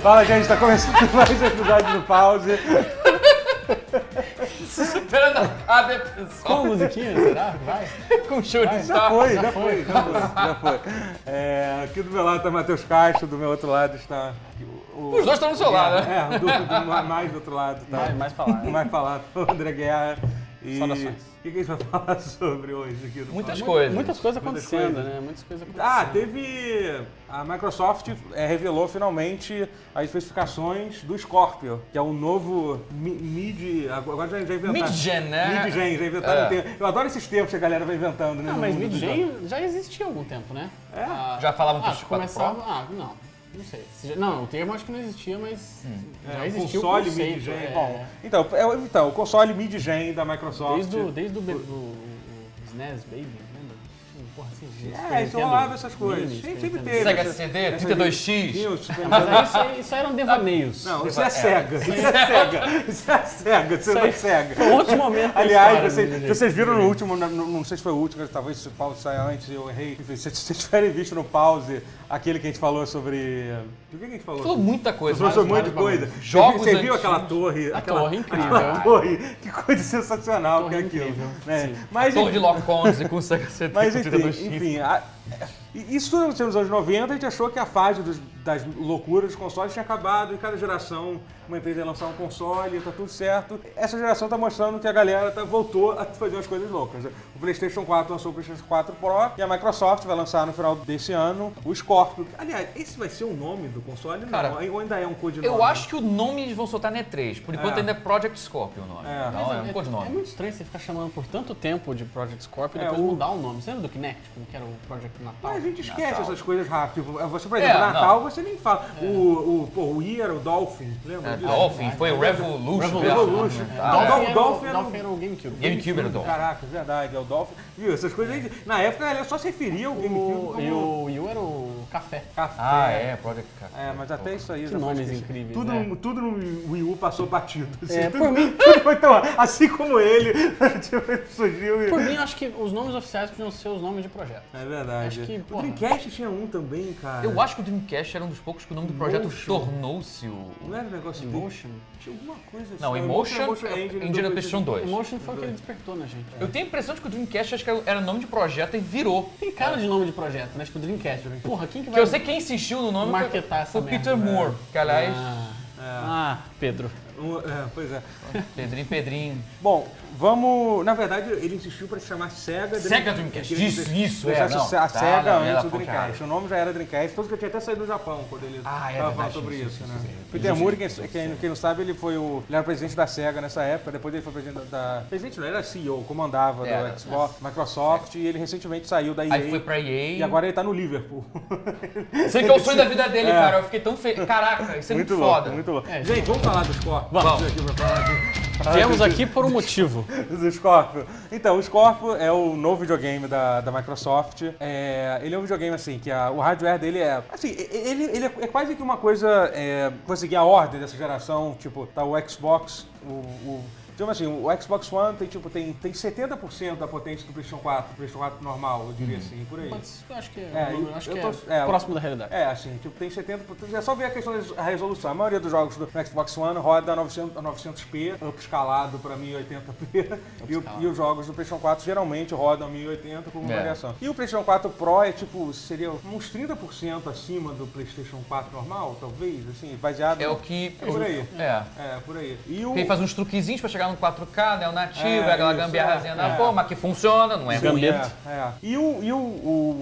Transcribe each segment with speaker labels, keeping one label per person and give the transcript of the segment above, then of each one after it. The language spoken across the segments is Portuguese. Speaker 1: Fala, gente, tá começando mais um episódio do Pause.
Speaker 2: Se superando a cada episódio.
Speaker 3: Qual musiquinha? Será? Vai.
Speaker 2: Com show de
Speaker 1: Já
Speaker 2: stop.
Speaker 1: foi, já foi, já foi. Já foi. É, aqui do meu lado tá Matheus Castro, do meu outro lado está. O,
Speaker 2: Os dois estão do seu lado, né?
Speaker 1: É, do, do- ma- mais do outro lado tá.
Speaker 3: Mais, mais falar.
Speaker 1: Não
Speaker 3: né?
Speaker 1: vai falar do André Guerra. E
Speaker 3: Saudações.
Speaker 1: o que, que a gente vai falar sobre hoje aqui no
Speaker 2: Muitas
Speaker 1: Pause?
Speaker 2: coisas.
Speaker 3: Muitas coisas
Speaker 1: Muitas
Speaker 3: acontecendo,
Speaker 1: coisas.
Speaker 3: né? Muitas coisas acontecendo.
Speaker 1: Ah, teve. A Microsoft é, revelou finalmente as especificações do Scorpio, que é o novo mi- mid. Agora já, já inventaram.
Speaker 2: Mid-gen, né?
Speaker 1: Mid-gen, já inventaram
Speaker 2: É.
Speaker 1: um termo. Eu adoro esses termos que a galera vai inventando, né?
Speaker 3: Não,
Speaker 1: no
Speaker 3: Ah, mas
Speaker 1: mundo dos
Speaker 3: mid-gen já existia há algum tempo, né?
Speaker 1: É?
Speaker 3: Ah,
Speaker 2: Já falavam que
Speaker 3: ah,
Speaker 2: os quatro
Speaker 3: começava... Ah, não. Não sei. Se já- Não, o termo acho que não existia, mas já
Speaker 1: É, o
Speaker 3: existia
Speaker 1: console
Speaker 3: o conceito.
Speaker 1: mid-gen.
Speaker 3: é,
Speaker 1: Bom, então, é, então, o console mid-gen da Microsoft.
Speaker 3: desde o, desde o, be- do- o SNES Baby, lembra? Tinha um Porra, assim, Super
Speaker 1: É, isso
Speaker 3: Nintendo
Speaker 1: rolava essas coisas.
Speaker 3: Mini,
Speaker 1: Sempre,
Speaker 3: Super
Speaker 1: sempre
Speaker 3: Nintendo.
Speaker 1: teve.
Speaker 2: Sega
Speaker 1: essas-
Speaker 2: CD,
Speaker 1: essas
Speaker 2: 32X.
Speaker 1: Sim, o Super
Speaker 3: Mas
Speaker 1: Nintendo.
Speaker 3: aí isso, aí- isso eram devaneios.
Speaker 1: Não, isso é
Speaker 2: É.
Speaker 1: cega. Isso é cega. Isso é cega. Isso não é cega.
Speaker 3: Foi um outro momento. da
Speaker 1: Aliás,
Speaker 3: história,
Speaker 1: vocês,
Speaker 3: né, gente?
Speaker 1: vocês viram no último, na- no- não sei se foi o último, talvez se o pause saia antes, eu errei. Enfim, se vocês tiverem visto no pause aquele que a gente falou sobre. eh, Do que que a gente falou?
Speaker 2: Falou muita coisa.
Speaker 1: Você falou
Speaker 2: vários,
Speaker 1: muita
Speaker 2: vários
Speaker 1: coisa. Você
Speaker 2: Jogos
Speaker 1: viu- Você viu
Speaker 2: antigos.
Speaker 1: aquela torre? Aquela
Speaker 3: torre é incrível. um
Speaker 2: né?
Speaker 1: aquela torre. Que coisa sensacional que é
Speaker 3: Torre
Speaker 1: aquilo.
Speaker 3: incrível,
Speaker 1: Né?
Speaker 3: sim.
Speaker 1: Mas,
Speaker 2: Torre de Lock Cones e com Sega CD
Speaker 1: mas
Speaker 2: com
Speaker 1: enfim,
Speaker 2: 32X.
Speaker 1: enfim a- é, e- isso nos anos 90, a gente achou que a fase dos- das loucuras dos consoles tinha acabado e cada geração uma empresa ia lançar um console, tá tudo certo. Essa geração tá mostrando que a galera tá- voltou a fazer umas coisas loucas. O PlayStation 4 lançou o PlayStation 4 Pro e a Microsoft vai lançar no final desse ano o Scorpio. Aliás, esse vai ser o nome do console?
Speaker 2: Cara,
Speaker 1: não, ou ainda é um codinome?
Speaker 2: Eu acho que o nome eles vão soltar na E3. Por enquanto
Speaker 1: É.
Speaker 2: ainda é Project Scorpio o nome.
Speaker 1: É.
Speaker 2: Não, é
Speaker 3: É,
Speaker 2: um
Speaker 3: é
Speaker 2: codinome.
Speaker 3: muito estranho você ficar chamando por tanto tempo de Project Scorpio e
Speaker 1: É,
Speaker 3: depois
Speaker 1: o-
Speaker 3: mudar o nome. Você lembra do Kinect, como que era o Project Natal?
Speaker 1: Mas a gente esquece
Speaker 2: Natal.
Speaker 1: essas coisas rápido. Tipo, Você, por exemplo,
Speaker 2: É,
Speaker 1: Natal você nem fala. O, o, pô, o I era o Dolphin, lembra?
Speaker 2: É,
Speaker 1: disso?
Speaker 2: Dolphin, foi o Revolution.
Speaker 1: Revolution.
Speaker 2: né?
Speaker 3: É,
Speaker 2: Tá,
Speaker 1: Dolphin
Speaker 3: Dolphin,
Speaker 1: Dolphin
Speaker 3: era, Dolphin,
Speaker 1: era um-
Speaker 3: era o GameCube.
Speaker 2: GameCube era o Dolphin.
Speaker 1: Caraca, verdade, é o Dolphin. Viu, essas coisas. aí- Na época ela só se referia ao GameCube
Speaker 3: O, e
Speaker 1: como
Speaker 3: o Yu era o Café.
Speaker 1: café.
Speaker 2: Ah, é, Project Café.
Speaker 1: É, mas até isso aí. já foi
Speaker 3: nomes
Speaker 1: esquecido.
Speaker 3: incríveis,
Speaker 1: Tudo, um
Speaker 3: né?
Speaker 1: tudo no Wii U passou batido. assim,
Speaker 3: É,
Speaker 1: tudo-
Speaker 3: por mim-
Speaker 1: tudo foi tão- assim como ele, tipo, surgiu. e-
Speaker 3: Por mim, eu acho que os nomes oficiais podiam ser os nomes de projeto.
Speaker 1: É verdade.
Speaker 3: Acho que,
Speaker 1: o
Speaker 3: porra.
Speaker 1: Dreamcast tinha um também, cara.
Speaker 2: Eu acho que o Dreamcast era um dos poucos que o nome do projeto tornou-se o...
Speaker 1: Não era um negócio de.
Speaker 3: Emotion.
Speaker 1: Tinha alguma coisa assim.
Speaker 2: Não, Emotion, Engine, Engine
Speaker 1: do-
Speaker 2: PlayStation 2.
Speaker 3: Emotion foi o que ele despertou na gente.
Speaker 2: Eu tenho a impressão de que o Dreamcast acho que era- era nome de projeto e virou.
Speaker 3: Tem cara de nome de projeto, né? Tipo Dreamcast. Porra, quem que
Speaker 2: Que
Speaker 3: vai
Speaker 2: eu sei quem insistiu no nome foi-
Speaker 3: marketar essa
Speaker 2: foi o
Speaker 3: merda?
Speaker 2: Peter
Speaker 1: né?
Speaker 2: Moore, que aliás,
Speaker 3: Ah,
Speaker 1: É,
Speaker 3: ah, Pedro.
Speaker 1: um- é, pois é.
Speaker 2: Pedrinho, Pedrinho.
Speaker 1: Bom, vamos. Na verdade, ele insistiu para se chamar Sega Dreamcast.
Speaker 2: Sega Dreamcast. Isso, isso, é,
Speaker 1: Deixasse
Speaker 2: não.
Speaker 1: a
Speaker 2: Tá,
Speaker 1: Sega
Speaker 2: não, ela
Speaker 1: antes do
Speaker 2: foi
Speaker 1: Dreamcast. O nome já era Dreamcast, tanto que eu tinha até saído do Japão quando ele
Speaker 2: Ah, é
Speaker 1: tava
Speaker 2: verdade,
Speaker 1: falando sobre
Speaker 2: isso,
Speaker 1: isso,
Speaker 2: isso,
Speaker 1: né?
Speaker 2: isso,
Speaker 1: Peter Moore, quem, quem- quem não sabe, ele foi o. Ele era o presidente da Sega nessa época, depois ele foi presidente da. Presidente não, ele era CEO, comandava
Speaker 2: Era,
Speaker 1: do Xbox, Microsoft, e ele recentemente saiu da EA.
Speaker 2: Aí foi pra EA.
Speaker 1: E agora ele tá no Liverpool.
Speaker 2: Sei que é o sonho da vida dele, cara. Eu fiquei tão feliz. Caraca, isso é muito,
Speaker 1: muito
Speaker 2: foda.
Speaker 1: louco, muito louco.
Speaker 3: É,
Speaker 1: Gente, vamos falar do Scorpion.
Speaker 2: Vamos.
Speaker 1: aqui pra falar de-
Speaker 3: Viemos aqui por um motivo.
Speaker 1: do Scorpio. Então, o Scorpio é o novo videogame da, da Microsoft. É, ele é um videogame, assim, que a- o hardware dele é... Assim, e- e- ele, ele é quase que uma coisa... É, conseguir a ordem dessa geração. Tipo, tá o Xbox, o... o Digamos assim, o Xbox One tem, tipo, tem, tem 70% da potência do PlayStation 4, PlayStation 4 normal, eu diria assim, por aí.
Speaker 3: Mas eu acho que é,
Speaker 1: É, eu-
Speaker 3: eu acho
Speaker 1: eu
Speaker 3: que
Speaker 1: tô-
Speaker 3: é,
Speaker 1: é,
Speaker 3: próximo da realidade.
Speaker 1: É, assim, tipo, tem 70%. É só ver a questão da resolução. A maioria dos jogos do Xbox One roda a 900, a 900p, upscalado para 1080p. E, o- e os jogos do PlayStation 4 geralmente rodam a 1080 com uma
Speaker 2: É.
Speaker 1: variação. E o PlayStation 4 Pro é tipo, seria uns 30% acima do PlayStation 4 normal, talvez, assim, baseado.
Speaker 2: É o que.
Speaker 1: É por aí.
Speaker 2: É.
Speaker 1: É, por aí. E o.
Speaker 2: Porque ele faz uns truquezinhos pra chegar no 4K, né? O nativo,
Speaker 1: É,
Speaker 2: é, aquela
Speaker 1: isso,
Speaker 2: gambiarrazinha
Speaker 1: é,
Speaker 2: na
Speaker 1: é.
Speaker 2: forma que funciona, não é
Speaker 3: Sim.
Speaker 2: ruim.
Speaker 3: Gambito.
Speaker 1: É, é. E o, e o,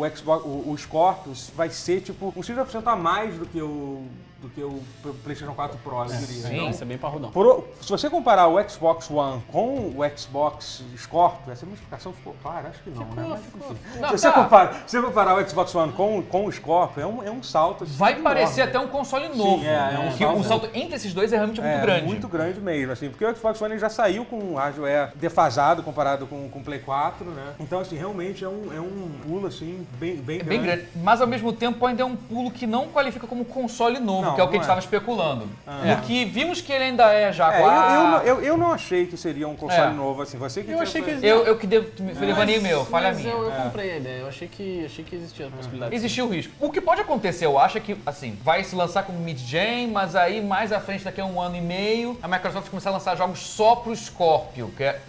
Speaker 1: o Xbox, o, o Scorpius vai ser tipo uns 30% a mais do que o do que o PlayStation 4 Pro, eu diria.
Speaker 2: sim.
Speaker 1: Então,
Speaker 3: Isso é bem parrudão.
Speaker 1: pro- se você comparar o Xbox One com o Xbox Scorpio, essa minha explicação ficou clara? Acho que não, né? Mas, enfim.
Speaker 2: Não,
Speaker 1: se, você
Speaker 2: tá.
Speaker 1: compara- se você comparar o Xbox One com, com o Scorpio, é um, é um salto. assim,
Speaker 2: Vai
Speaker 1: enorme.
Speaker 2: parecer até um console novo.
Speaker 1: é, é um
Speaker 2: né? Que
Speaker 1: salto-
Speaker 2: um salto entre esses dois é realmente muito
Speaker 1: É,
Speaker 2: grande.
Speaker 1: muito grande mesmo, assim, porque o Xbox One ele já saiu com um hardware defasado comparado com, com o Play 4, né? Então, assim, realmente é um, é um pulo, assim, bem, bem
Speaker 2: É bem grande, mas ao mesmo tempo ainda é um pulo que não qualifica como console
Speaker 1: Não,
Speaker 2: novo, que é o que a
Speaker 1: não
Speaker 2: gente
Speaker 1: é.
Speaker 2: estava especulando.
Speaker 1: Ah.
Speaker 2: No que vimos que ele ainda é já
Speaker 1: É, eu,
Speaker 2: agora.
Speaker 1: eu, não- eu, eu não achei que seria um console
Speaker 2: É.
Speaker 1: novo, assim, você que...
Speaker 3: Eu achei que eles-
Speaker 2: Eu, eu que devo. Foi devaneio meu, falha
Speaker 3: mas
Speaker 2: minha.
Speaker 3: Eu, eu comprei a ideia. Eu achei que, achei que existia a possibilidade.
Speaker 2: Existiu o risco. O que pode acontecer, eu acho, é que, assim, vai se lançar como mid-gen, mas aí mais à frente, daqui a um ano e meio, a Microsoft começar a lançar jogos só pro Scorpio, que é.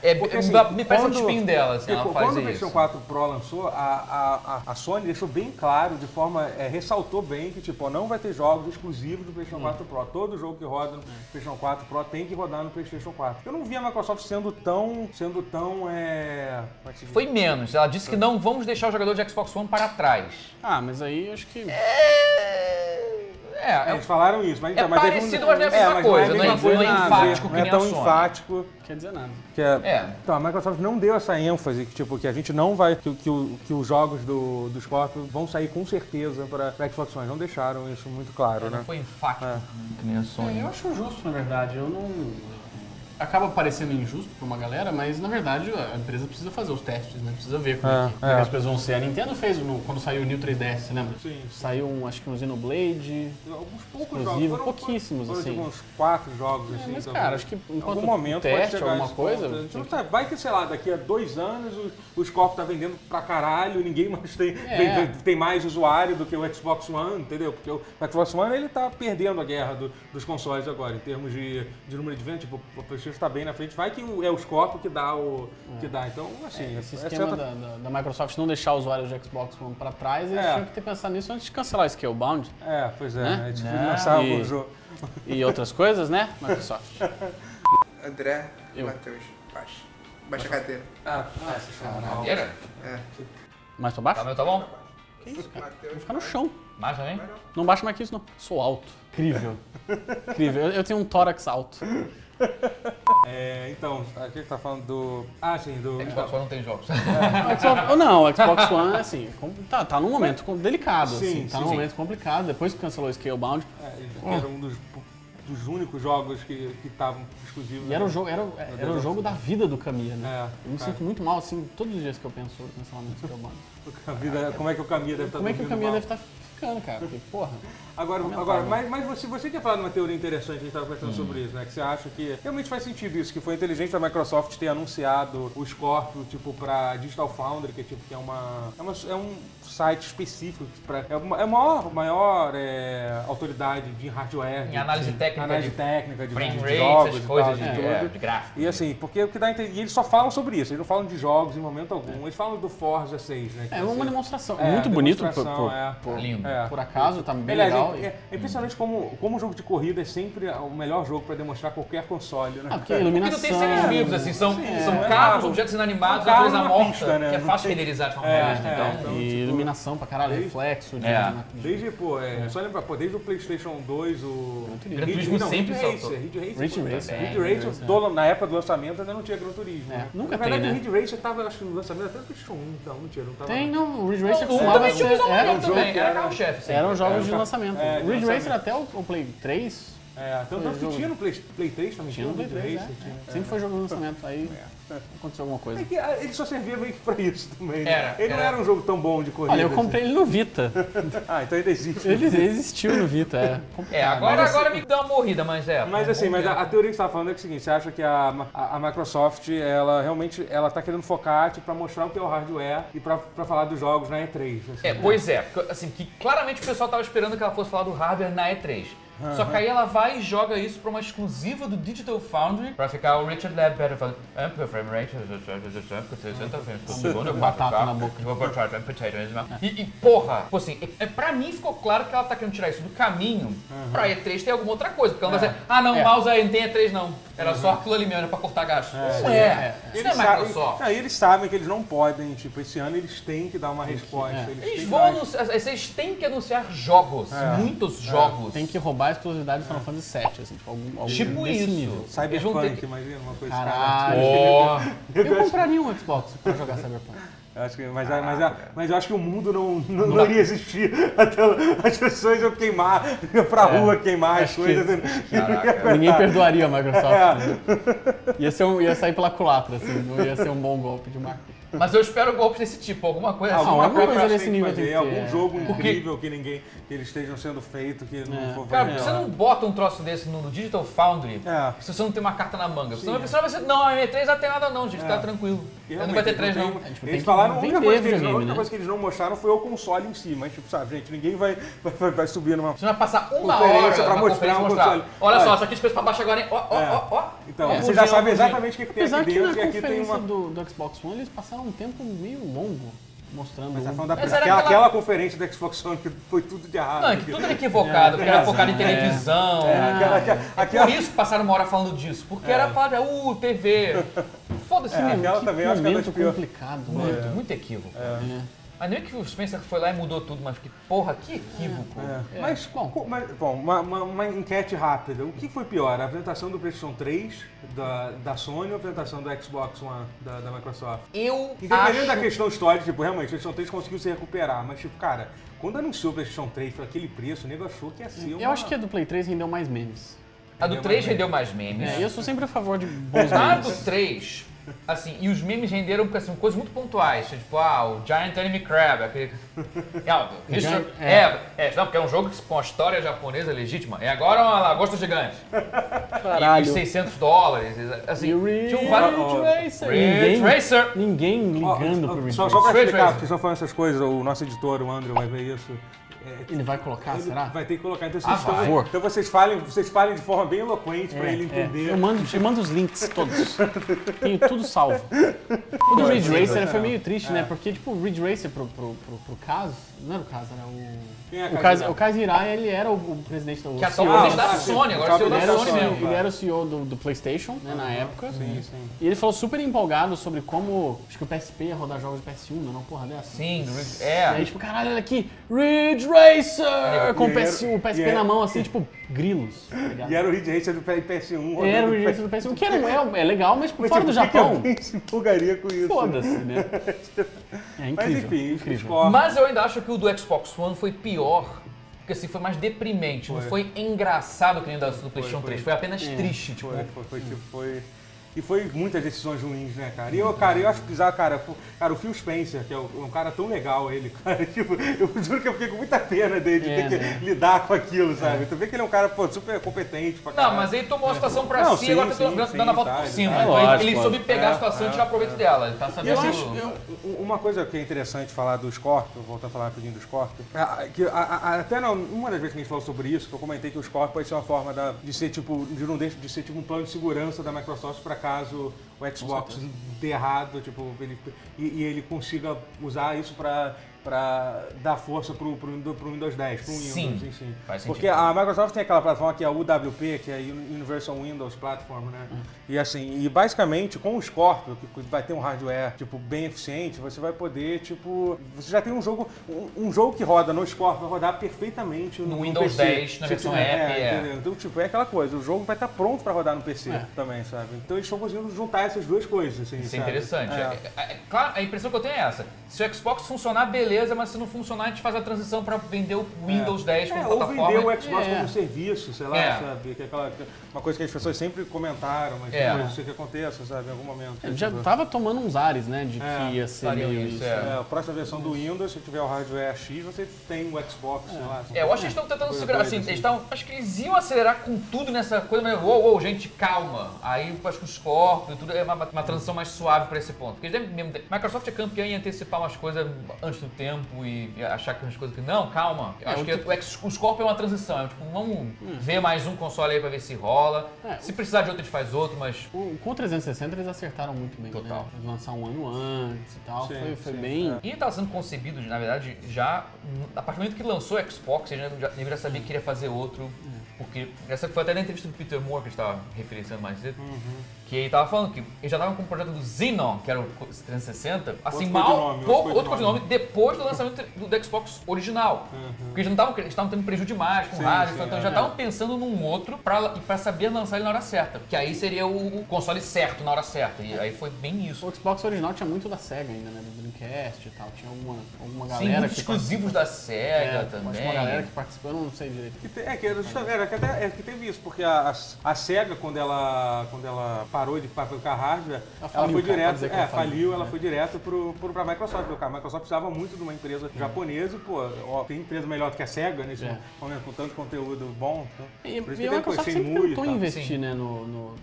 Speaker 1: É,
Speaker 2: é-
Speaker 1: porque,
Speaker 2: me
Speaker 1: assim,
Speaker 2: parece um
Speaker 1: quando-
Speaker 2: espinho dela, assim, ela
Speaker 1: Porque
Speaker 2: faz
Speaker 1: Quando o
Speaker 2: isso.
Speaker 1: PlayStation 4 Pro lançou, a, a, a- a Sony deixou bem claro, de forma. é, ressaltou bem que, tipo, não vai ter jogos exclusivos do PlayStation 4
Speaker 2: Uhum.
Speaker 1: Pro. Todo jogo que roda no
Speaker 2: É.
Speaker 1: PlayStation 4 Pro tem que rodar no PlayStation 4. Eu não vi a Microsoft sendo tão. sendo tão. É, como é que se diz?
Speaker 2: Foi menos. Ela disse que não vamos deixar o jogador de Xbox One para trás.
Speaker 3: Ah, mas aí acho que.
Speaker 2: É,
Speaker 1: É,
Speaker 2: é,
Speaker 1: eles falaram isso, mas, então,
Speaker 2: É
Speaker 1: mas teve
Speaker 2: parecido, mas não é a mesma coisa,
Speaker 1: a
Speaker 2: não é-
Speaker 1: mesma coisa,
Speaker 3: não é
Speaker 1: nada.
Speaker 2: enfático que
Speaker 1: Não é
Speaker 2: nem
Speaker 1: tão
Speaker 2: a Sony.
Speaker 1: enfático.
Speaker 3: Quer dizer nada.
Speaker 1: Que é-
Speaker 2: É.
Speaker 1: Então, a Microsoft não deu essa ênfase que, tipo, que a gente não vai. que, que o- que os jogos do, do Scorpio vão sair com certeza para Xbox One. Não deixaram isso muito claro,
Speaker 2: não
Speaker 1: né?
Speaker 2: foi enfático,
Speaker 1: É.
Speaker 2: que nem a
Speaker 3: É,
Speaker 2: Sony.
Speaker 3: eu acho justo, na verdade. Eu não. Acaba parecendo injusto pra uma galera, mas na verdade a empresa precisa fazer os testes, né? Precisa ver como,
Speaker 1: É,
Speaker 3: é, que, como
Speaker 1: é.
Speaker 3: que as pessoas vão ser. A Nintendo fez no- quando saiu o New 3DS, você lembra?
Speaker 1: Sim.
Speaker 3: Saiu um, acho que um Xenoblade.
Speaker 1: Alguns poucos
Speaker 3: Exclusivo,
Speaker 1: jogos. Foram,
Speaker 3: pouquíssimos,
Speaker 1: foram,
Speaker 3: assim.
Speaker 1: tipo, uns quatro jogos,
Speaker 3: É,
Speaker 1: assim.
Speaker 3: mas
Speaker 1: talvez.
Speaker 3: cara, acho que
Speaker 1: Em
Speaker 3: enquanto
Speaker 1: algum momento pode
Speaker 3: teste,
Speaker 1: chegar
Speaker 3: alguma
Speaker 1: esse
Speaker 3: coisa.
Speaker 1: ponto. né? A gente
Speaker 3: tem
Speaker 1: não
Speaker 3: que-
Speaker 1: sabe. Vai que, sei lá, daqui a dois anos o, o Scorpio tá vendendo pra caralho, ninguém mais tem,
Speaker 3: É.
Speaker 1: tem, tem mais usuário do que o Xbox One, entendeu? Porque o Xbox One ele tá perdendo a guerra do- dos consoles agora, em termos de, de número de vendas, tipo, o PlayStation tá bem na frente, vai que o- é o Scorpio que dá o. que dá. Então, assim, é,
Speaker 3: Esse
Speaker 1: é
Speaker 3: esquema
Speaker 1: certa-
Speaker 3: da, da- da Microsoft não deixar os usuários de Xbox One pra trás, eles
Speaker 1: É.
Speaker 3: tinham que ter pensado nisso antes de cancelar o Scalebound
Speaker 1: É, pois é,
Speaker 3: Né?
Speaker 1: é difícil
Speaker 3: Né?
Speaker 1: lançar
Speaker 3: E-
Speaker 1: algum jogo.
Speaker 3: e outras coisas, né, Microsoft?
Speaker 4: André,
Speaker 3: Eu.
Speaker 4: Matheus, Paz. Baixa a cadeira.
Speaker 1: Ah, nossa,
Speaker 2: Ah,
Speaker 1: senhora.
Speaker 2: era?
Speaker 4: É.
Speaker 3: Mais
Speaker 2: Tá
Speaker 3: pra baixo?
Speaker 2: meu, tá bom?
Speaker 4: Que isso, Matheus?
Speaker 3: Fica no chão.
Speaker 2: Mais também?
Speaker 3: Não baixa mais que isso, não. Sou alto. Incrível. Incrível. Eu, eu tenho um tórax alto.
Speaker 1: É, então, aqui tá falando do. Ah, sim, do.
Speaker 3: tá-
Speaker 2: Xbox One não tem jogos.
Speaker 3: Xbox, ou não, o Xbox One, assim, com- tá, tá num momento com- delicado,
Speaker 1: Sim,
Speaker 3: assim, tá
Speaker 1: sim,
Speaker 3: num
Speaker 1: sim.
Speaker 3: momento complicado. Depois que cancelou o Scalebound,
Speaker 1: É,
Speaker 3: Ah.
Speaker 1: que era um dos, dos únicos jogos que que estavam exclusivos. né?
Speaker 3: e era o jogo, era, o- é, era o jogo da vida do Camille, né?
Speaker 1: É,
Speaker 3: eu me
Speaker 1: cara.
Speaker 3: sinto muito mal, assim, todos os dias que eu penso no cancelamento do Scalebound.
Speaker 1: A vida- como é que o Caminha deve estar
Speaker 3: Como é que o Camille deve estar ficando, cara? Porque, porra,
Speaker 1: Agora, agora mas, mas você, você tinha falado uma teoria interessante, a gente estava conversando sobre isso, né? Que você acha que realmente faz sentido isso, que foi inteligente da Microsoft ter anunciado o Scorpio, tipo, pra Digital Foundry, que, é, tipo, que é, uma, é, uma- é um site específico, pra, é, uma, é a maior, maior é, autoridade de hardware.
Speaker 2: Em
Speaker 1: de-
Speaker 2: análise
Speaker 1: de-
Speaker 2: técnica
Speaker 1: Análise
Speaker 2: de
Speaker 1: técnica, de,
Speaker 2: Frame
Speaker 1: de
Speaker 2: rate,
Speaker 1: jogos
Speaker 2: essas
Speaker 1: e
Speaker 2: coisas
Speaker 1: tal,
Speaker 2: de,
Speaker 1: de tudo.
Speaker 2: é, de gráfico.
Speaker 1: E assim, porque o que dá a entender- e eles só falam sobre isso, eles não falam de jogos em momento algum, eles falam do Forza 6, né? que
Speaker 3: é
Speaker 1: vai
Speaker 3: uma
Speaker 1: ser-
Speaker 3: demonstração.
Speaker 1: é,
Speaker 3: muito bonito, por,
Speaker 1: demonstração,
Speaker 3: por-
Speaker 1: é.
Speaker 3: por-
Speaker 2: Lindo.
Speaker 1: É.
Speaker 3: por acaso, tá bem
Speaker 1: Aliás,
Speaker 3: legal.
Speaker 1: é,
Speaker 3: e-
Speaker 1: é, é impressionante como, como o jogo de corrida é sempre o melhor jogo para demonstrar qualquer console, né?
Speaker 3: Ah, porque a
Speaker 2: Porque não
Speaker 3: iluminação...
Speaker 2: tem seres vivos, assim, são, são
Speaker 1: é.
Speaker 2: carros,
Speaker 1: É.
Speaker 2: objetos
Speaker 1: Um
Speaker 2: inanimados,
Speaker 1: carro
Speaker 2: natureza
Speaker 1: numa
Speaker 2: morta,
Speaker 1: pista, né?
Speaker 2: que é
Speaker 1: Não
Speaker 2: fácil
Speaker 1: tem-
Speaker 2: renderizar de forma
Speaker 1: É,
Speaker 2: realista,
Speaker 1: é,
Speaker 2: então.
Speaker 1: então,
Speaker 3: E
Speaker 1: tipo,
Speaker 3: iluminação pra caralho,
Speaker 1: desde-
Speaker 3: reflexo de,
Speaker 2: É.
Speaker 3: de-
Speaker 1: Desde, pô, é, só lembrar, pô, desde o PlayStation 2, o.
Speaker 3: Turismo.
Speaker 2: Gran
Speaker 1: Ridge-
Speaker 2: Turismo
Speaker 1: não,
Speaker 2: sempre
Speaker 1: Ridge
Speaker 2: saltou.
Speaker 1: Racer, Ridge Racer.
Speaker 3: Ridge
Speaker 1: pô,
Speaker 3: Racer,
Speaker 1: Ridge
Speaker 3: é,
Speaker 1: Racer,
Speaker 3: Ridge Racer.
Speaker 1: do- na época do lançamento ainda não tinha Gran Turismo.
Speaker 3: É,
Speaker 1: né?
Speaker 3: nunca
Speaker 1: na
Speaker 3: tem,
Speaker 1: verdade,
Speaker 3: né?
Speaker 1: o Ridge Racer tava, acho que no lançamento até do PlayStation 1, então não tinha, não tava.
Speaker 3: Tem, né? não. O Ridge Racer
Speaker 2: Não,
Speaker 3: costumava
Speaker 2: também tinha
Speaker 3: ser-
Speaker 2: um visual
Speaker 3: era-
Speaker 2: maneiro também,
Speaker 1: jogo que
Speaker 2: era um
Speaker 1: era-
Speaker 2: carro-chefe. sempre.
Speaker 3: Eram jogos um de
Speaker 1: ca-
Speaker 3: lançamento.
Speaker 1: é, de
Speaker 3: o Ridge
Speaker 1: lançamento.
Speaker 3: Racer até o, o Play 3
Speaker 1: É, tanto tanto
Speaker 3: Foi
Speaker 1: que tinha
Speaker 3: jogo.
Speaker 1: no Play, Play 3 também,
Speaker 3: tinha o Play
Speaker 1: Ridge
Speaker 3: 3,
Speaker 1: Racer.
Speaker 3: né?
Speaker 1: tinha.
Speaker 3: É, Sempre foi jogo de lançamento. Aí aconteceu alguma
Speaker 1: É
Speaker 3: coisa.
Speaker 1: que ah, ele só servia meio que pra isso também. né?
Speaker 2: Era,
Speaker 1: ele não
Speaker 2: era.
Speaker 1: era um jogo tão bom de corrida.
Speaker 3: Olha, eu
Speaker 1: assim.
Speaker 3: comprei ele no Vita.
Speaker 1: Ah, então ele existe.
Speaker 3: Ele existiu no Vita, é.
Speaker 2: É, agora, agora me dá uma morrida, mas é.
Speaker 1: Mas
Speaker 2: por um
Speaker 1: assim,
Speaker 2: bom
Speaker 1: mas a,
Speaker 2: tempo.
Speaker 1: a teoria que você tá falando é que é o seguinte, você acha que a, a, a Microsoft, ela realmente, ela tá querendo focar, tipo, pra mostrar o que é o hardware e pra, pra falar dos jogos na E3. assim.
Speaker 3: né?
Speaker 2: É, pois é, porque, assim, que claramente o pessoal tava esperando que ela fosse falar do hardware na E3. Só que aí ela vai e joga isso pra uma exclusiva do Digital Foundry pra ficar o Richard Ledbetter falando "Amp frame rate, 60 frames por segundo,
Speaker 3: Batata
Speaker 2: 4K,
Speaker 3: na boca.
Speaker 2: potato and potato is my-" E, e, porra, tipo assim, é, é, pra mim ficou claro que ela tá querendo tirar isso do caminho pra E3 ter alguma outra coisa. Porque ela vai dizer, ah não,
Speaker 3: É. Uhum.
Speaker 2: mouse aí não tem E3 não. Era só aquilo ali mesmo, era pra cortar gasto. Isso não é.
Speaker 3: é.
Speaker 2: Isso não é
Speaker 1: sabem-
Speaker 2: Microsoft.
Speaker 1: Não, e eles sabem que eles não podem, tipo, esse ano eles têm que dar uma resposta.
Speaker 3: é.
Speaker 1: Eles, têm
Speaker 2: Eles
Speaker 1: que
Speaker 2: vão
Speaker 1: dar-
Speaker 2: anunciar. Vocês têm que anunciar jogos.
Speaker 1: É.
Speaker 2: Muitos jogos.
Speaker 3: Tem que roubar a exclusividade do Final Fantasy VII, assim, tipo, algum, algum
Speaker 2: Tipo
Speaker 3: desse
Speaker 2: isso.
Speaker 3: nível.
Speaker 2: Eles vão ter
Speaker 1: Cyberpunk,
Speaker 2: que-
Speaker 1: imagina uma coisa
Speaker 3: Caralho.
Speaker 2: Ó.
Speaker 3: Eu compraria um Xbox pra jogar Cyberpunk.
Speaker 1: Eu acho que- mas, é, mas, mas eu acho que o mundo não, não, não iria existir até as pessoas iam queimar, iam pra
Speaker 2: É.
Speaker 1: rua queimar as
Speaker 3: acho
Speaker 1: coisas.
Speaker 2: Caraca.
Speaker 3: Ninguém perdoaria a Microsoft. né? Ia, ser um- ia sair pela culatra, assim, não ia ser um bom golpe de marketing.
Speaker 2: Mas eu espero golpes desse tipo, alguma coisa assim.
Speaker 3: Alguma
Speaker 1: Ah, coisa
Speaker 3: coisa
Speaker 1: tem
Speaker 3: nesse
Speaker 1: que
Speaker 3: nível
Speaker 1: fazer,
Speaker 3: tem que ter,
Speaker 1: algum
Speaker 3: é.
Speaker 1: jogo
Speaker 3: Porque-
Speaker 1: incrível que ninguém que eles estejam sendo feito que não
Speaker 3: É.
Speaker 1: for
Speaker 2: Cara,
Speaker 1: ver.
Speaker 2: você não bota um troço desse no Digital Foundry
Speaker 1: É.
Speaker 2: se você não tem uma carta na manga. Você não
Speaker 1: Sim,
Speaker 2: vai
Speaker 1: é.
Speaker 2: pensar, vai ser, não, a M3 não tem nada não, gente, tá
Speaker 1: É.
Speaker 2: tranquilo. Eu não
Speaker 1: Realmente,
Speaker 2: vai ter 3
Speaker 1: tem-
Speaker 2: não.
Speaker 3: tipo, tem
Speaker 1: Eles
Speaker 3: que
Speaker 1: falaram, a única,
Speaker 3: vender
Speaker 1: coisa que eles, a
Speaker 3: videogame,
Speaker 1: única
Speaker 3: né?
Speaker 1: coisa que eles não mostraram foi o console em si, mas tipo, sabe, gente, ninguém vai, vai, vai- vai subir numa.
Speaker 2: Você não vai passar uma
Speaker 1: Conferência
Speaker 2: hora
Speaker 1: pra mostrar
Speaker 2: numa conferência
Speaker 1: um
Speaker 2: mostrar.
Speaker 1: console.
Speaker 2: Olha só,
Speaker 1: Olha.
Speaker 2: isso aqui as coisas pra baixo agora, hein? Ó, ó,
Speaker 1: É.
Speaker 2: ó, ó.
Speaker 1: Então,
Speaker 2: Ó,
Speaker 1: você
Speaker 2: um
Speaker 1: já
Speaker 2: dia,
Speaker 1: sabe
Speaker 2: um dia.
Speaker 1: exatamente o que, que tem
Speaker 3: Apesar
Speaker 1: aqui
Speaker 3: que na
Speaker 1: dentro e aqui tem
Speaker 3: conferência
Speaker 1: uma.
Speaker 3: do, do Xbox One eles passaram um tempo meio longo mostrando.
Speaker 1: Mas tá
Speaker 3: um-
Speaker 1: falando da-
Speaker 2: Mas era
Speaker 1: aquela,
Speaker 2: aquela-
Speaker 1: aquela conferência do Xbox One que foi tudo de errado.
Speaker 2: Não, é que tudo era equivocado, porque era
Speaker 1: razão,
Speaker 2: focado em
Speaker 1: Ah, é.
Speaker 2: televisão.
Speaker 1: É, aquela, aquela,
Speaker 2: Por
Speaker 1: aquela-
Speaker 2: isso que passaram uma hora falando disso, porque era falar, de, uh, TV. Foda-se,
Speaker 1: É,
Speaker 2: meu.
Speaker 1: aquela
Speaker 3: Que
Speaker 1: também eu acho que é das
Speaker 3: momento
Speaker 1: piores.
Speaker 3: complicado, né?
Speaker 2: Muito,
Speaker 3: mano.
Speaker 2: muito equívoco.
Speaker 1: É.
Speaker 2: Mas nem que o Spencer foi lá e mudou tudo, mas que porra, que equívoco.
Speaker 1: É.
Speaker 3: É.
Speaker 1: Mas,
Speaker 3: Bom.
Speaker 1: co- mas, bom, uma, uma- uma enquete rápida. O que foi pior, a apresentação do PlayStation 3 da, da Sony ou a apresentação do Xbox One da, da Microsoft?
Speaker 2: Eu
Speaker 1: Independente da
Speaker 2: acho
Speaker 1: questão histórica, tipo, realmente, o PlayStation 3 conseguiu se recuperar, mas, tipo, cara, quando anunciou o PlayStation 3 por aquele preço, o nego achou que ia ser uma...
Speaker 3: É. Eu acho que a do Play 3 rendeu mais memes.
Speaker 2: a do 3 rendeu mais memes.
Speaker 3: É, eu sou sempre a favor de bons
Speaker 2: A
Speaker 3: memes.
Speaker 2: do 3, assim, e os memes renderam porque, assim, coisas muito pontuais. Tipo, ah, o Giant Enemy Crab, aquele. É, o- isso,
Speaker 3: Giant-
Speaker 2: é. É, não, porque é um jogo que, com a história japonesa legítima. É agora uma lagosta gigante. E os 600 dólares. Assim, tinham vários. Ray
Speaker 3: um Ninguém,
Speaker 2: Tracer!
Speaker 3: ninguém
Speaker 1: Ó,
Speaker 3: ligando pro Ridge
Speaker 1: Só, só pra
Speaker 2: Ridge
Speaker 1: explicar,
Speaker 2: Racer.
Speaker 1: porque estão falando essas coisas, o nosso editor, o Andrew, vai ver isso. É,
Speaker 3: Ele vai colocar,
Speaker 1: Ele
Speaker 3: será?
Speaker 1: Vai ter que colocar. Então vocês,
Speaker 2: Ah, vai.
Speaker 1: estão, então vocês falem, vocês falem de forma bem eloquente pra ele entender.
Speaker 3: É, Eu, mando, eu mando os links todos. Tenho tudo salvo. O do Ridge Racer foi meio triste,
Speaker 1: É.
Speaker 3: né? Porque, tipo, o Ridge Racer pro, pro, pro, pro caso. Não era o caso, era o.
Speaker 1: Quem é
Speaker 3: O
Speaker 1: Kaz
Speaker 3: caso,
Speaker 1: Hirai?
Speaker 3: o caso Hirai, ele era o, o presidente da
Speaker 2: Que
Speaker 3: o
Speaker 2: a
Speaker 3: CEO
Speaker 2: Sony
Speaker 1: Ah,
Speaker 2: está da
Speaker 1: sim.
Speaker 2: Sony, agora o CEO
Speaker 1: Ele
Speaker 2: da
Speaker 3: Ele era, o
Speaker 2: Sony
Speaker 1: Sony.
Speaker 3: CEO,
Speaker 2: mesmo.
Speaker 3: ele era o CEO do, do PlayStation, né, na época.
Speaker 1: Sim, sim.
Speaker 3: E ele falou super empolgado sobre como. Acho que o PSP ia rodar jogos de PS1, não, é uma porra dessa.
Speaker 2: Sim, do Ridge-
Speaker 3: E aí,
Speaker 2: é.
Speaker 3: tipo, caralho, olha aqui, Ridge Racer! Com
Speaker 1: e
Speaker 3: o PS, o PSP
Speaker 1: era-
Speaker 3: na mão, assim, tipo, grilos. tá ligado?
Speaker 1: E era o Ridge Racer do PS1.
Speaker 3: Era o
Speaker 1: rodando um.
Speaker 3: Ridge Racer do PS1, que era, é, é legal, mas tipo,
Speaker 1: Mas,
Speaker 3: fora
Speaker 1: tipo,
Speaker 3: do
Speaker 1: por que que
Speaker 3: Japão,
Speaker 1: alguém se empolgaria com isso.
Speaker 3: foda-se, né? É incrível.
Speaker 1: Mas enfim, tipo,
Speaker 3: incrível.
Speaker 1: esporte.
Speaker 2: Mas eu ainda acho que o do Xbox One foi pior. Porque assim, foi mais deprimente. Não foi engraçado que nem o da- do PlayStation
Speaker 1: foi.
Speaker 2: 3. Foi apenas triste, tipo.
Speaker 1: Foi, foi, foi, tipo, foi- E foi muitas decisões ruins, né, cara? E eu, cara, eu acho bizarro, cara, pô, cara, o Phil Spencer, que é um, um cara tão legal, ele, cara, tipo, eu juro que eu fiquei com muita pena dele de
Speaker 3: É,
Speaker 1: ter que
Speaker 3: né?
Speaker 1: lidar com aquilo, sabe? Tu vê que ele é um cara, pô, super competente pra
Speaker 2: Não,
Speaker 1: caralho.
Speaker 2: mas ele tomou a situação pra
Speaker 1: É. Não,
Speaker 2: si
Speaker 1: sim,
Speaker 2: e agora tá
Speaker 1: sim,
Speaker 2: dando
Speaker 1: sim,
Speaker 2: dando a volta
Speaker 1: tá,
Speaker 2: por
Speaker 1: ele
Speaker 2: cima.
Speaker 1: tá.
Speaker 2: Então,
Speaker 3: É
Speaker 2: ele-
Speaker 3: lógico,
Speaker 2: ele soube pegar a situação e tirar proveito dela. Ele tá
Speaker 1: E
Speaker 2: sabendo.
Speaker 1: é. eu acho, eu- uma coisa que é interessante falar do Scorpio, voltar a falar rapidinho do Scorpio, a- que a- a- até na, uma das vezes que a gente falou sobre isso, que eu comentei que o Scorpio pode ser uma forma da- de ser tipo, de não deixa- de ser tipo um plano de segurança da Microsoft para caso o Xbox dê errado, tipo, ele- e, e ele consiga usar isso para dar força pro, pro, Windows- pro Windows 10, pro Windows,
Speaker 2: Sim,
Speaker 1: enfim.
Speaker 2: faz sentido.
Speaker 1: Porque a Microsoft tem aquela plataforma que é a UWP, que é a Uni- Universal Windows Platform, né?
Speaker 2: Uhum.
Speaker 1: E assim, e basicamente com o Scorpio, que vai ter um hardware tipo bem eficiente, você vai poder tipo, você já tem um jogo, um, um jogo que roda no Scorpio vai rodar perfeitamente no,
Speaker 2: No Windows
Speaker 1: PC.
Speaker 2: 10, na
Speaker 1: Se
Speaker 2: versão
Speaker 1: tiver-
Speaker 2: app, é.
Speaker 1: entendeu? Então tipo é aquela coisa, o jogo vai estar pronto pra rodar no PC também, sabe? Então eles estão conseguindo juntar essas duas coisas, assim,
Speaker 2: Isso é
Speaker 1: sabe?
Speaker 2: interessante.
Speaker 1: É.
Speaker 2: É- é- é- claro, a impressão que eu tenho é essa. Se o Xbox funcionar, beleza, mas se não funcionar, a gente faz a transição pra vender o Windows 10 como
Speaker 1: É, ou
Speaker 2: plataforma.
Speaker 1: vender o Xbox
Speaker 3: É.
Speaker 1: como um serviço, sei lá,
Speaker 2: É.
Speaker 1: sabe? Que é aquela, uma coisa que as pessoas sempre comentaram, mas
Speaker 2: É.
Speaker 1: pode ser que aconteça, sabe? Em algum momento.
Speaker 3: Eu É, já tá. tava tomando uns ares, né, de
Speaker 1: É,
Speaker 3: que ia ser
Speaker 2: faria
Speaker 3: meio
Speaker 2: isso,
Speaker 3: isso.
Speaker 2: é.
Speaker 3: né?
Speaker 1: É, a próxima versão do Windows, se tiver o hardware X, você tem o Xbox, sei lá.
Speaker 2: É, eu acho que eles estão tentando
Speaker 1: Coisa
Speaker 2: segurar,
Speaker 1: doida,
Speaker 2: assim,
Speaker 1: assim.
Speaker 2: eles estão, acho que eles iam acelerar com tudo nessa coisa, mas, uou, uou, gente, calma. Aí, acho que os corpos e tudo, é uma, uma transição mais suave pra esse ponto. Porque eles devem mesmo, Microsoft é campeã em antecipar umas coisas antes do tempo e e achar que umas coisas que, não, calma. Eu acho que o, X- o Scorpio é uma transição, é tipo, vamos ver mais um console aí pra ver se rola.
Speaker 3: É,
Speaker 2: se precisar de outro, a gente faz outro, mas...
Speaker 3: O- Com o 360 eles acertaram muito bem,
Speaker 2: Total.
Speaker 3: né? Lançar um ano antes e tal,
Speaker 1: Sim,
Speaker 3: foi, foi
Speaker 1: sim,
Speaker 3: bem...
Speaker 1: é.
Speaker 2: E tá sendo concebido, na verdade, já, a partir do momento que lançou o Xbox, ele já, ele já sabia que queria fazer outro Porque essa foi até na entrevista do Peter Moore que a gente estava referenciando mais cedo, que ele estava falando que ele já estava com o projeto do Xenon, que era o 360, assim,
Speaker 1: Outro
Speaker 2: mal,
Speaker 1: codinome,
Speaker 2: pouco,
Speaker 1: outro
Speaker 2: outro
Speaker 1: codinome. Uhum.
Speaker 2: codinome, depois do lançamento do Xbox original. Porque eles não estavam- eles estavam tendo prejuízo demais com
Speaker 1: Sim,
Speaker 2: o rádio,
Speaker 1: sim,
Speaker 2: então
Speaker 1: é.
Speaker 2: já estavam pensando num outro pra, pra saber lançar ele na hora certa. Que aí seria o, o console certo na hora certa. E aí foi bem isso.
Speaker 3: O Xbox original tinha muito da SEGA ainda, né? Do Dreamcast e tal. Tinha alguma, alguma
Speaker 2: Sim,
Speaker 3: galera
Speaker 2: muitos
Speaker 3: que.
Speaker 2: exclusivos da SEGA
Speaker 3: participou- é,
Speaker 2: também.
Speaker 3: Tinha uma galera que participou, eu não sei direito.
Speaker 1: Que te- É que, era justamente, era que até- é que teve isso, porque a, a- a SEGA, quando ela, quando ela parou de fabricar hardware, ela, foi
Speaker 3: faliu, cara, pode
Speaker 1: direto,
Speaker 3: dizer que
Speaker 1: é,
Speaker 3: ela
Speaker 1: faliu,
Speaker 3: faliu,
Speaker 1: ela
Speaker 3: né?
Speaker 1: foi direto pro, pro, pra Microsoft, porque a Microsoft precisava muito de uma empresa japonesa, e, pô, ó, tem empresa melhor do que a SEGA nesse
Speaker 3: Uhum. É.
Speaker 1: momento, né, com tanto conteúdo bom. Né?
Speaker 3: E, e a
Speaker 1: Por isso que tem
Speaker 3: Microsoft
Speaker 1: coisa,
Speaker 3: sempre
Speaker 1: Shenmue e
Speaker 3: tentou
Speaker 1: tal.
Speaker 3: investir
Speaker 2: Sim.
Speaker 3: né, no, no,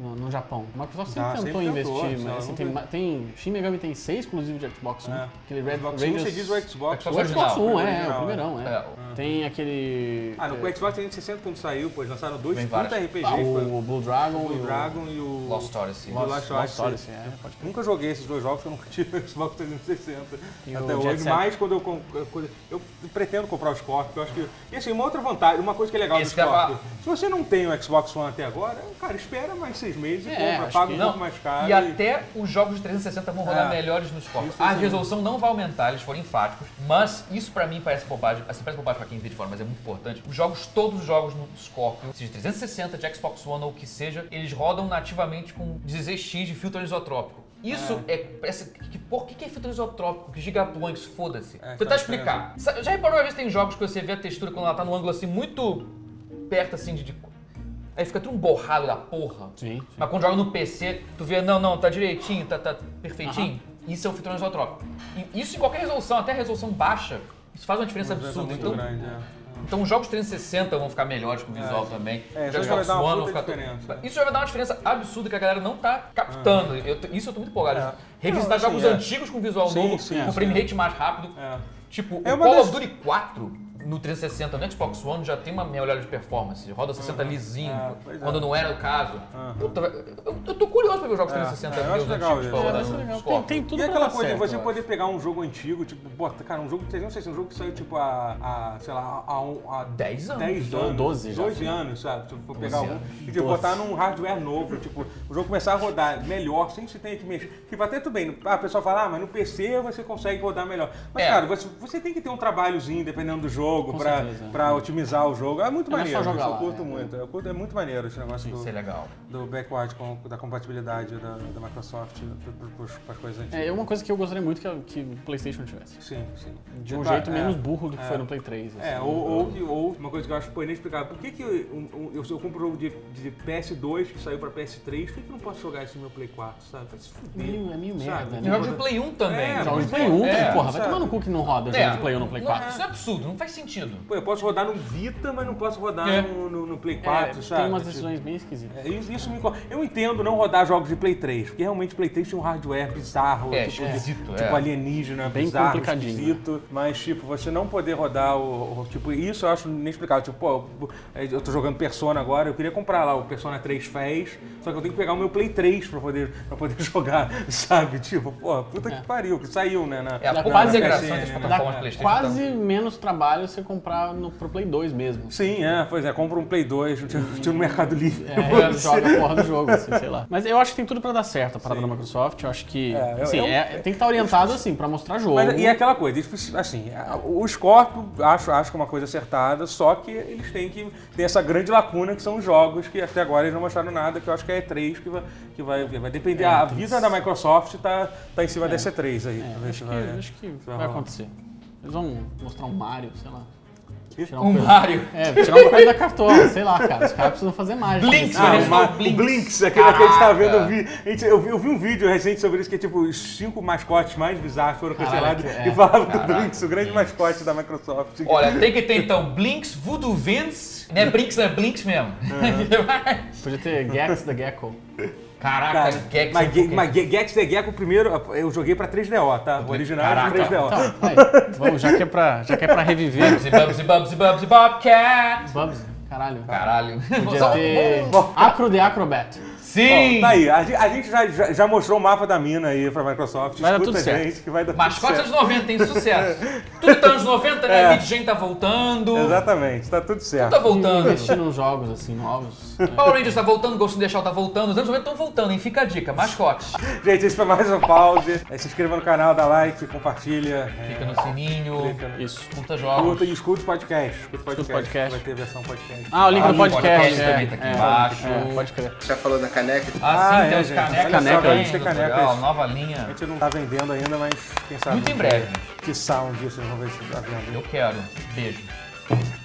Speaker 3: no, no Japão. A Microsoft sempre
Speaker 1: Ah, sempre
Speaker 3: tentou
Speaker 1: tentou,
Speaker 3: investir,
Speaker 1: sei lá,
Speaker 3: mas assim,
Speaker 1: vamos
Speaker 3: tem,
Speaker 1: ver.
Speaker 3: ma- tem Shin Megami tem seis exclusivos de Xbox One.
Speaker 1: É.
Speaker 3: né? Aquele Red
Speaker 1: Xbox One,
Speaker 3: Raiders...
Speaker 1: você diz o Xbox.
Speaker 2: Xbox
Speaker 3: O Xbox
Speaker 2: original,
Speaker 3: One, é,
Speaker 1: original,
Speaker 3: o primeirão, é.
Speaker 2: É, o-
Speaker 3: Tem aquele...
Speaker 1: né?
Speaker 3: é,
Speaker 1: Ah, no Xbox 360 quando saiu, pô, eles lançaram dois
Speaker 2: Vem
Speaker 1: puta
Speaker 2: várias.
Speaker 1: RPG,
Speaker 3: Ah,
Speaker 1: foi
Speaker 3: o Blue Dragon
Speaker 1: o
Speaker 3: e o...
Speaker 1: Dragon e o...
Speaker 2: Lost Odyssey.
Speaker 1: Lost- Odyssey.
Speaker 3: Lost Odyssey, é, pode crer.
Speaker 1: Nunca joguei esses dois jogos, porque eu nunca tive o Xbox 360
Speaker 3: E
Speaker 1: até
Speaker 3: o
Speaker 1: hoje.
Speaker 3: Jet Set.
Speaker 1: Mas quando eu, com- quando- eu pretendo comprar o Scorpio, porque eu acho que. E assim, uma outra vantagem, uma coisa que é legal
Speaker 2: Esse
Speaker 1: do
Speaker 2: que eu ia
Speaker 1: Scorpio. Se você não tem o Xbox One até agora, cara, espera mais seis meses e
Speaker 3: É,
Speaker 1: compra,
Speaker 3: acho
Speaker 1: paga
Speaker 3: que-
Speaker 1: um
Speaker 3: Não,
Speaker 1: pouco mais caro.
Speaker 2: E até os jogos de 360 vão rodar
Speaker 1: É.
Speaker 2: melhores no Scorpio.
Speaker 1: Isso
Speaker 2: A
Speaker 1: sim.
Speaker 2: resolução não vai aumentar, eles foram enfáticos, mas isso pra mim parece bobagem, assim, parece bobagem pra quem vê de fora, mas é muito importante. Os jogos, todos os jogos no Scorpio, seja de 360, de Xbox One ou o que seja, eles rodam nativamente com 16x de filtro isotrópico. Isso é. parece que, por que, que é filtro isotrópico? Que gigaplonks, foda-se.
Speaker 1: É,
Speaker 2: Vou
Speaker 1: tá
Speaker 2: tentar explicar. Sa- Já reparou, às vezes tem jogos que você vê a textura quando ela tá num ângulo assim muito perto assim de. de- Aí fica tudo um borrado da porra.
Speaker 3: Sim, sim.
Speaker 2: Mas quando joga no PC, tu vê, não, não, tá direitinho, tá, tá perfeitinho. Isso é um filtro isotrópico. E isso em qualquer resolução, até resolução baixa, isso faz uma diferença
Speaker 1: Mas é
Speaker 2: absurda.
Speaker 1: muito
Speaker 2: Então,
Speaker 1: grande, é.
Speaker 2: então os jogos 360 vão ficar melhores com o visual também.
Speaker 1: É,
Speaker 2: Os
Speaker 1: isso
Speaker 2: jogos
Speaker 1: vai dar uma
Speaker 2: One vão
Speaker 1: puta
Speaker 2: ficar tudo-
Speaker 1: diferença, é.
Speaker 2: Isso já vai dar uma diferença absurda que a galera não tá captando. Eu tô- isso eu tô muito empolgado.
Speaker 1: É.
Speaker 2: Revisitar
Speaker 1: Não, assim,
Speaker 2: jogos
Speaker 1: é.
Speaker 2: antigos com visual
Speaker 1: Sim,
Speaker 2: novo,
Speaker 1: sim,
Speaker 2: com
Speaker 1: sim.
Speaker 2: frame rate mais rápido.
Speaker 1: É.
Speaker 2: Tipo,
Speaker 1: É
Speaker 2: o
Speaker 1: uma
Speaker 2: Call
Speaker 1: das-
Speaker 2: of Duty 4 no 360, no Xbox One, já tem uma melhor de performance. Roda 60 lisinho,
Speaker 1: É, pois é.
Speaker 2: quando não era o caso.
Speaker 1: Aham.
Speaker 2: Puta, eu, eu tô curioso pra ver os jogos
Speaker 1: É,
Speaker 2: 360
Speaker 1: é, eu acho
Speaker 2: meus
Speaker 1: legal
Speaker 2: antigos
Speaker 1: isso.
Speaker 2: pra
Speaker 1: É, eu
Speaker 2: rodar
Speaker 3: acho
Speaker 2: no
Speaker 3: legal.
Speaker 2: Scorpio.
Speaker 3: Tem- tem tudo
Speaker 1: e
Speaker 3: pra
Speaker 1: aquela
Speaker 3: dar
Speaker 1: coisa de
Speaker 3: certo,
Speaker 1: você
Speaker 3: eu
Speaker 1: poder pegar um jogo antigo, tipo, bota, cara, um jogo de 360, um jogo que saiu tipo a, a, sei lá, a, um- a
Speaker 2: 10 anos.
Speaker 1: 10
Speaker 3: Ou
Speaker 1: anos.
Speaker 3: 12 já,
Speaker 1: 12
Speaker 3: assim.
Speaker 1: anos, sabe? Tipo, for pegar um,
Speaker 2: anos.
Speaker 1: e tipo, botar num hardware novo, tipo, o jogo começar a rodar melhor, sem se ter que mexer. Tipo, até tudo bem. Ah, o pessoal fala, ah, mas no PC você consegue rodar melhor. Mas,
Speaker 2: É.
Speaker 1: cara, você, você tem que ter um trabalhozinho, dependendo do jogo,
Speaker 3: Com
Speaker 1: pra,
Speaker 3: certeza.
Speaker 1: pra otimizar o jogo. É muito
Speaker 3: Não é só
Speaker 1: maneiro,
Speaker 3: jogar
Speaker 1: isso eu
Speaker 3: lá,
Speaker 1: curto
Speaker 3: né?
Speaker 1: muito. Eu curto, é muito maneiro esse negócio
Speaker 2: Isso é
Speaker 1: do,
Speaker 2: legal.
Speaker 1: do backward, com, da compatibilidade da, da Microsoft para as coisas antigas.
Speaker 3: É uma coisa que eu gostaria muito que, a- que o PlayStation tivesse.
Speaker 1: Sim, sim.
Speaker 3: De um
Speaker 1: Claro,
Speaker 3: jeito
Speaker 1: é.
Speaker 3: menos burro do que
Speaker 1: é.
Speaker 3: foi no Play 3.
Speaker 1: É,
Speaker 3: assim.
Speaker 1: ou, ou, que- ou uma coisa que eu acho pô, inexplicável. Por que, que um- um- eu, se eu compro um jogo de, de PS2 que saiu pra PS3, por que, que eu não posso jogar esse no meu Play 4, sabe? Vai se fuder.
Speaker 3: Meio- é meio
Speaker 1: sabe?
Speaker 3: merda,
Speaker 2: Tem
Speaker 3: né?
Speaker 2: jogos de Play 1 também.
Speaker 1: É,
Speaker 3: Jogos de Play 1,
Speaker 2: É,
Speaker 3: porra, vai
Speaker 1: sabe?
Speaker 3: tomar no cu que não roda jogo de Play 1 no Play 4.
Speaker 2: Não, isso é absurdo, não faz sentido.
Speaker 1: Pô, eu posso rodar no Vita, mas não posso rodar
Speaker 2: É.
Speaker 1: no, no- no Play
Speaker 3: É,
Speaker 1: 4, sabe?
Speaker 3: tem umas
Speaker 1: Tipo,
Speaker 3: decisões bem esquisitas.
Speaker 1: é, isso, isso me incomoda. Eu entendo não rodar jogos de Play 3, porque realmente Play 3 tem um hardware bizarro,
Speaker 2: É,
Speaker 1: tipo,
Speaker 2: esquisito,
Speaker 1: de,
Speaker 2: é.
Speaker 1: tipo alienígena,
Speaker 3: Bem
Speaker 1: bizarro,
Speaker 3: complicadinho. né?
Speaker 1: esquisito. Mas, tipo, você não poder rodar o, o- Tipo, isso eu acho inexplicável. Tipo, pô, eu, eu tô jogando Persona agora, eu queria comprar lá o Persona 3 Fez, só que eu tenho que pegar o meu Play 3 pra poder, pra poder jogar, sabe? Tipo, pô, puta que pariu, que saiu, né? na-
Speaker 2: É a
Speaker 1: na-
Speaker 2: pouca
Speaker 1: na
Speaker 3: quase
Speaker 2: integração
Speaker 1: PSN,
Speaker 2: entre as
Speaker 1: né?
Speaker 2: plataformas PlayStation.
Speaker 3: Quase
Speaker 1: tá?
Speaker 3: menos trabalho você comprar no, pro Play 2 mesmo.
Speaker 1: Sim, é, pois é, compra um Play 2, tira tira no Mercado Livre.
Speaker 3: É, joga a porra do jogo, assim, sei lá. Mas eu acho que tem tudo pra dar certo a parada da Microsoft. Eu acho que
Speaker 1: É, eu-
Speaker 3: assim,
Speaker 1: eu-
Speaker 3: é- tem que estar orientado assim pra mostrar jogo.
Speaker 1: Mas, e é aquela coisa, eles precis- assim, a- o Scorpio acho, acho que é uma coisa acertada, só que eles têm que ter essa grande lacuna que são os jogos, que até agora eles não mostraram nada, que eu acho que é a E3 que vai, que vai, vai
Speaker 3: É,
Speaker 1: depender. a vida da Microsoft tá, tá em cima dessa E3 aí. pra
Speaker 3: É,
Speaker 1: ver se
Speaker 3: acho,
Speaker 1: vai-
Speaker 3: que, acho que vai,
Speaker 1: rolar.
Speaker 3: acontecer. Eles vão mostrar um Mario, sei lá.
Speaker 1: Que?
Speaker 3: Tirar
Speaker 2: Um
Speaker 3: coisa-
Speaker 2: Mario.
Speaker 3: É, tirar uma coisa da cartola, sei lá, cara. Os caras precisam fazer mágica.
Speaker 2: Blinks,
Speaker 1: Ah,
Speaker 2: né?
Speaker 1: o Ma- o Blinks,
Speaker 2: Blinks.
Speaker 1: aquele que a gente tá
Speaker 2: Caraca.
Speaker 1: vendo. Eu vi, a gente- eu, vi, eu vi um vídeo recente sobre isso, que é tipo, os cinco mascotes mais bizarros foram
Speaker 3: Caralho,
Speaker 1: cancelados
Speaker 3: que- é.
Speaker 1: e falavam do
Speaker 2: Caraca,
Speaker 1: Blinks, o grande mascote da Microsoft.
Speaker 2: Olha, tem que ter então Blinks, Voodoo Vince, né? Blinks, né? Blinks mesmo.
Speaker 3: Podia ter Gex da Gecko.
Speaker 2: Caraca,
Speaker 1: É.
Speaker 2: é
Speaker 1: Cara,
Speaker 2: Gex.
Speaker 1: mas, Ge-
Speaker 2: porque-
Speaker 1: mas é Ge- Gex the Gecko, primeiro, eu joguei pra 3DO, tá? O original era
Speaker 2: Caraca.
Speaker 1: 3DO.
Speaker 3: Então, aí, vamos, já que é pra, já que é pra reviver.
Speaker 2: Bubsy, Bubsy, Bubsy, Bubsy, Bobcat.
Speaker 3: Bubs, caralho.
Speaker 2: Caralho.
Speaker 3: Podia
Speaker 2: Só- um
Speaker 3: ter Acro the Acrobat.
Speaker 2: Sim!
Speaker 1: Tá aí, a, gen- a gente já, já- já mostrou o mapa da mina aí pra Microsoft.
Speaker 3: Vai dar
Speaker 1: Escuta
Speaker 3: tudo
Speaker 1: a
Speaker 3: certo.
Speaker 1: gente que vai dar
Speaker 2: Mascote
Speaker 1: tudo
Speaker 2: anos
Speaker 1: certo.
Speaker 2: 90, hein? Sucesso. Tudo tá anos 90, né?
Speaker 1: É.
Speaker 2: A gente tá voltando.
Speaker 1: Exatamente, tá tudo
Speaker 2: Tudo
Speaker 1: certo.
Speaker 2: tá voltando.
Speaker 3: Investir em jogos assim, novos.
Speaker 2: Power Rangers tá voltando, Ghost in the Shell tá voltando. Os anos 90 estão voltando, hein? Fica a dica, mascote.
Speaker 1: Gente, esse foi mais um pause. É, Se inscreva no canal, dá like, compartilha. é,
Speaker 2: Clica no sininho,
Speaker 1: clica no-
Speaker 3: Isso.
Speaker 2: curta
Speaker 1: Curta
Speaker 2: jogos.
Speaker 1: e escuta o podcast. Escuta o podcast.
Speaker 3: podcast.
Speaker 1: Vai ter versão podcast.
Speaker 3: Ah, o link
Speaker 2: Ah,
Speaker 3: do
Speaker 2: o
Speaker 3: podcast.
Speaker 2: podcast
Speaker 3: é,
Speaker 2: também tá aqui
Speaker 3: é,
Speaker 2: embaixo.
Speaker 3: é, pode crer.
Speaker 4: Já falou da caneca?
Speaker 2: Ah,
Speaker 1: Ah,
Speaker 2: sim,
Speaker 1: é,
Speaker 2: tem os
Speaker 1: gente.
Speaker 2: canecas.
Speaker 1: Olha
Speaker 3: só,
Speaker 2: também,
Speaker 1: a gente tem
Speaker 2: muito
Speaker 1: canecas.
Speaker 2: legal, Nova
Speaker 1: A
Speaker 2: linha.
Speaker 1: gente não tá vendendo ainda, mas quem sabe.
Speaker 2: Muito em
Speaker 1: um dia.
Speaker 2: breve.
Speaker 1: Que sound isso, eu vou ver se tá vendo.
Speaker 2: Eu quero. Beijo.